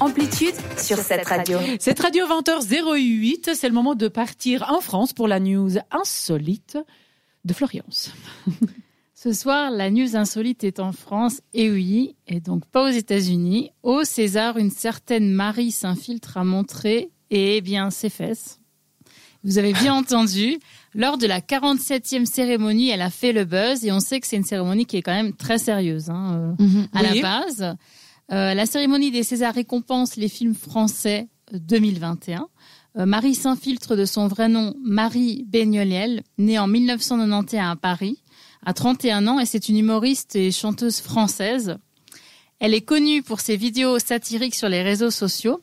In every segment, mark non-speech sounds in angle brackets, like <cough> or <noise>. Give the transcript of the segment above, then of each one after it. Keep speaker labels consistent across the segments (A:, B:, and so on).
A: Amplitude sur cette radio.
B: Cette radio 20h08, c'est le moment de partir en France pour la news insolite de Florence.
C: Ce soir, la news insolite est en France, et oui, et donc pas aux États-Unis. Au César, une certaine Marie s'infiltre à montrer, et eh bien, ses fesses. Vous avez bien entendu, lors de la 47e cérémonie, elle a fait le buzz, et on sait que c'est une cérémonie qui est quand même très sérieuse, hein, euh,
B: Mhm.
C: à
B: Oui.
C: la base. Euh, la cérémonie des Césars récompense les films français 2021. Euh, Marie s'infiltre de son vrai nom, Marie Beignoliel, née en 1991 à Paris, à 31 ans, et c'est une humoriste et chanteuse française. Elle est connue pour ses vidéos satiriques sur les réseaux sociaux.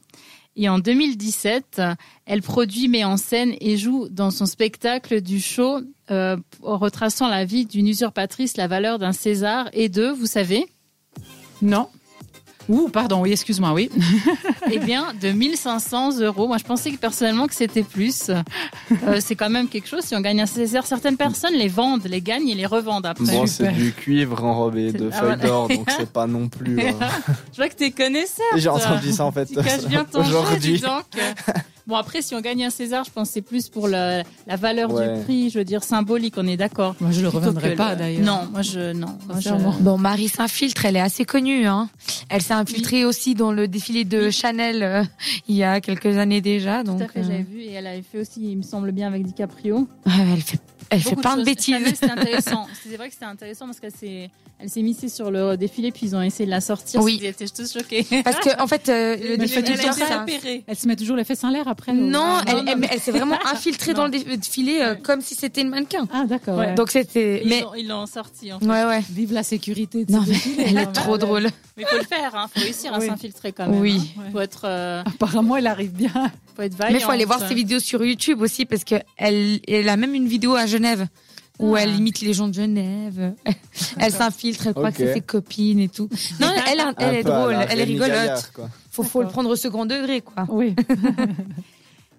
C: Et en 2017, euh, elle produit, met en scène et joue dans son spectacle du show, euh, en retraçant la vie d'une usurpatrice, la valeur d'un César et de, vous savez,
B: Non Ouh, pardon, oui, excuse-moi, oui.
C: Eh bien, de 1500 euros. Moi, je pensais que personnellement que c'était plus. Euh, c'est quand même quelque chose. Si on gagne un César, certaines personnes les vendent, les gagnent et les revendent après.
D: Bon,
B: Super.
D: c'est du cuivre enrobé
C: C'est-
D: de
C: ah,
D: feuilles
C: voilà.
D: d'or, donc c'est pas non plus.
C: <laughs>
D: euh,
C: Je vois que t'es connaisseur.
D: J'ai
C: toi.
D: entendu ça en fait
C: Tu caches bien ton jeu, dis
D: aujourd'hui.
C: donc. Bon, après, si on gagne un César, je pense que c'est plus pour la, la valeur
D: Ouais.
C: du prix, je veux dire symbolique, on est d'accord.
B: Moi, je le
C: Plutôt
B: reviendrai
C: que
B: pas,
C: le-
B: d'ailleurs.
C: Non, moi, je. Non, moi, je-
B: Sincèrement.
A: Bon, Marie s'infiltre, elle est assez connue. Hein. Elle s'est infiltrée aussi dans le défilé de Chanel euh, il y a quelques années déjà.
C: Tout
A: Donc,
C: à fait,
A: euh,
C: j'avais vu. Et elle avait fait aussi, il me semble bien, avec DiCaprio.
A: ouais, elle fait, elle fait
C: Beaucoup
A: plein de,
C: choses. Chanel,
A: bêtises.
C: C'était intéressant. <laughs> C'est vrai que c'était intéressant parce qu'elle s'est, elle s'est missée sur le défilé puis ils ont essayé de la sortir.
A: Oui.
C: Ils étaient tous choqués. <laughs>
A: Parce que en fait, euh, le
C: Elle
A: défilé
C: était
A: de Chanel, c'est un-
C: repérée.
B: Elle se met toujours les fesses en l'air après euh, ou-
A: Non,
C: Non,
A: elle,
C: non,
A: elle-
C: non.
A: elle s'est vraiment infiltrée
C: <laughs> Non.
A: dans le dé- défilé euh, comme si c'était une mannequin.
B: Ah, d'accord.
C: Ouais.
B: ouais.
A: Donc c'était.
C: Ils
A: Mais
C: l'ont- ils l'ont sorti. En fait.
A: ouais, ouais.
B: Vive la sécurité de
A: Non,
B: ce
A: mais
B: défilé,
A: elle
B: hein,
A: est trop
B: ouais.
A: drôle.
C: Mais faut le faire, hein. Faut réussir à
B: Oui.
C: s'infiltrer quand même.
A: Oui.
C: hein. Faut être, euh,
B: Apparemment, elle arrive bien.
C: faut être
A: Mais
C: vaillante.
A: il faut aller voir ses vidéos sur YouTube aussi parce que elle, elle a même une vidéo à Genève où
C: Ah.
A: elle imite les gens de Genève. <laughs> Elle s'infiltre, elle croit
D: Ok.
A: que c'est ses copines et tout. Non, elle, elle,
D: Un
A: est
D: peu à la
A: drôle, elle est
D: Rémi
A: rigolote.
D: Gaillard, quoi.
A: Faut, faut le prendre au second degré, quoi.
B: Oui.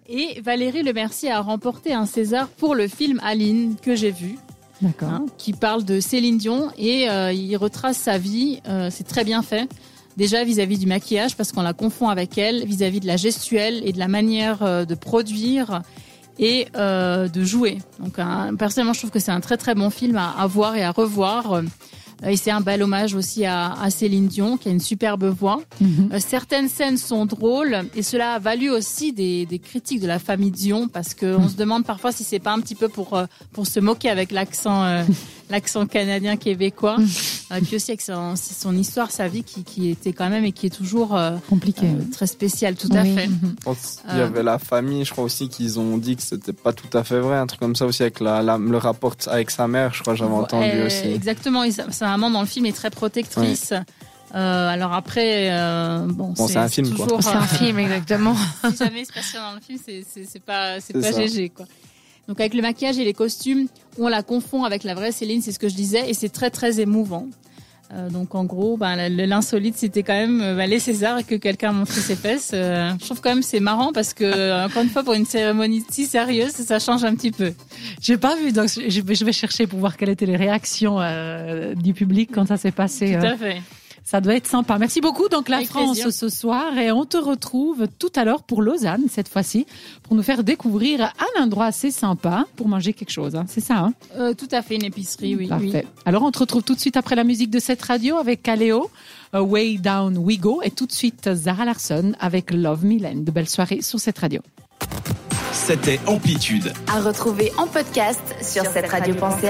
C: Et Valérie Lemercier a remporté un César pour le film Aline que j'ai vu,
B: D'accord.
C: hein, qui parle de Céline Dion et euh, il retrace sa vie. euh, c'est très bien fait. Déjà vis-à-vis du maquillage, parce qu'on la confond avec elle, vis-à-vis de la gestuelle et de la manière euh, de produire et euh, de jouer. Donc, un- personnellement, je trouve que c'est un très très bon film à, à voir et à revoir. Euh, Et c'est un bel hommage aussi à, à Céline Dion, qui a une superbe voix.
B: Mhm.
C: Euh, Certaines scènes sont drôles et cela a valu aussi des, des critiques de la famille Dion parce qu'on se demande parfois si c'est pas un petit peu pour, euh, pour se moquer avec l'accent euh, l'accent canadien québécois. Et puis aussi avec son, son histoire, sa vie qui, qui était quand même et qui est toujours euh,
B: Compliqué.
C: euh, très spéciale, tout à
A: Oui.
C: fait.
D: Je pense qu'il y
C: Euh.
D: avait la famille, je crois aussi qu'ils ont dit que c'était pas tout à fait vrai, un truc comme ça aussi avec la, la- le rapport avec sa mère, je crois que j'avais entendu
C: Euh,
D: aussi.
C: Exactement, et sa sa maman dans le film est très protectrice. Euh, alors après, euh, bon,
D: Bon, c'est un film, quoi.
C: toujours,
A: C'est un
C: euh,
A: film, exactement.
C: <laughs> si jamais il se passe rien dans le film, c'est- c'est c'est pas, c'est pas
D: C'est ça.
C: GG, quoi. Donc avec le maquillage et les costumes, on la confond avec la vraie Céline, c'est ce que je disais, et c'est très très émouvant. Euh, donc en gros, ben, la- le- l'insolite, c'était quand même euh, ben, les Césars et que quelqu'un a montré ses fesses. Euh, je trouve quand même c'est marrant parce que euh, encore une fois pour une cérémonie si sérieuse, ça change un petit peu.
B: <laughs> J'ai pas vu, donc je je vais, je vais chercher pour voir quelles étaient les réactions euh, du public quand ça s'est passé.
C: Tout
B: euh.
C: à fait.
B: Ça doit être sympa. Merci beaucoup. Donc la
C: Avec
B: France
C: plaisir.
B: ce soir et on te retrouve tout à l'heure pour Lausanne cette fois-ci pour nous faire découvrir un endroit assez sympa pour manger quelque chose. hein. C'est ça. hein
C: Euh, tout à fait une épicerie, oui. oui.
B: Parfait. Alors on te retrouve tout de suite après la musique de cette radio avec Caléo, euh, Way Down We Go et tout de suite Zara Larson avec Love Mylène. De belles soirées sur cette radio.
E: C'était Amplitude.
A: À retrouver en podcast
F: sur cette radio pensée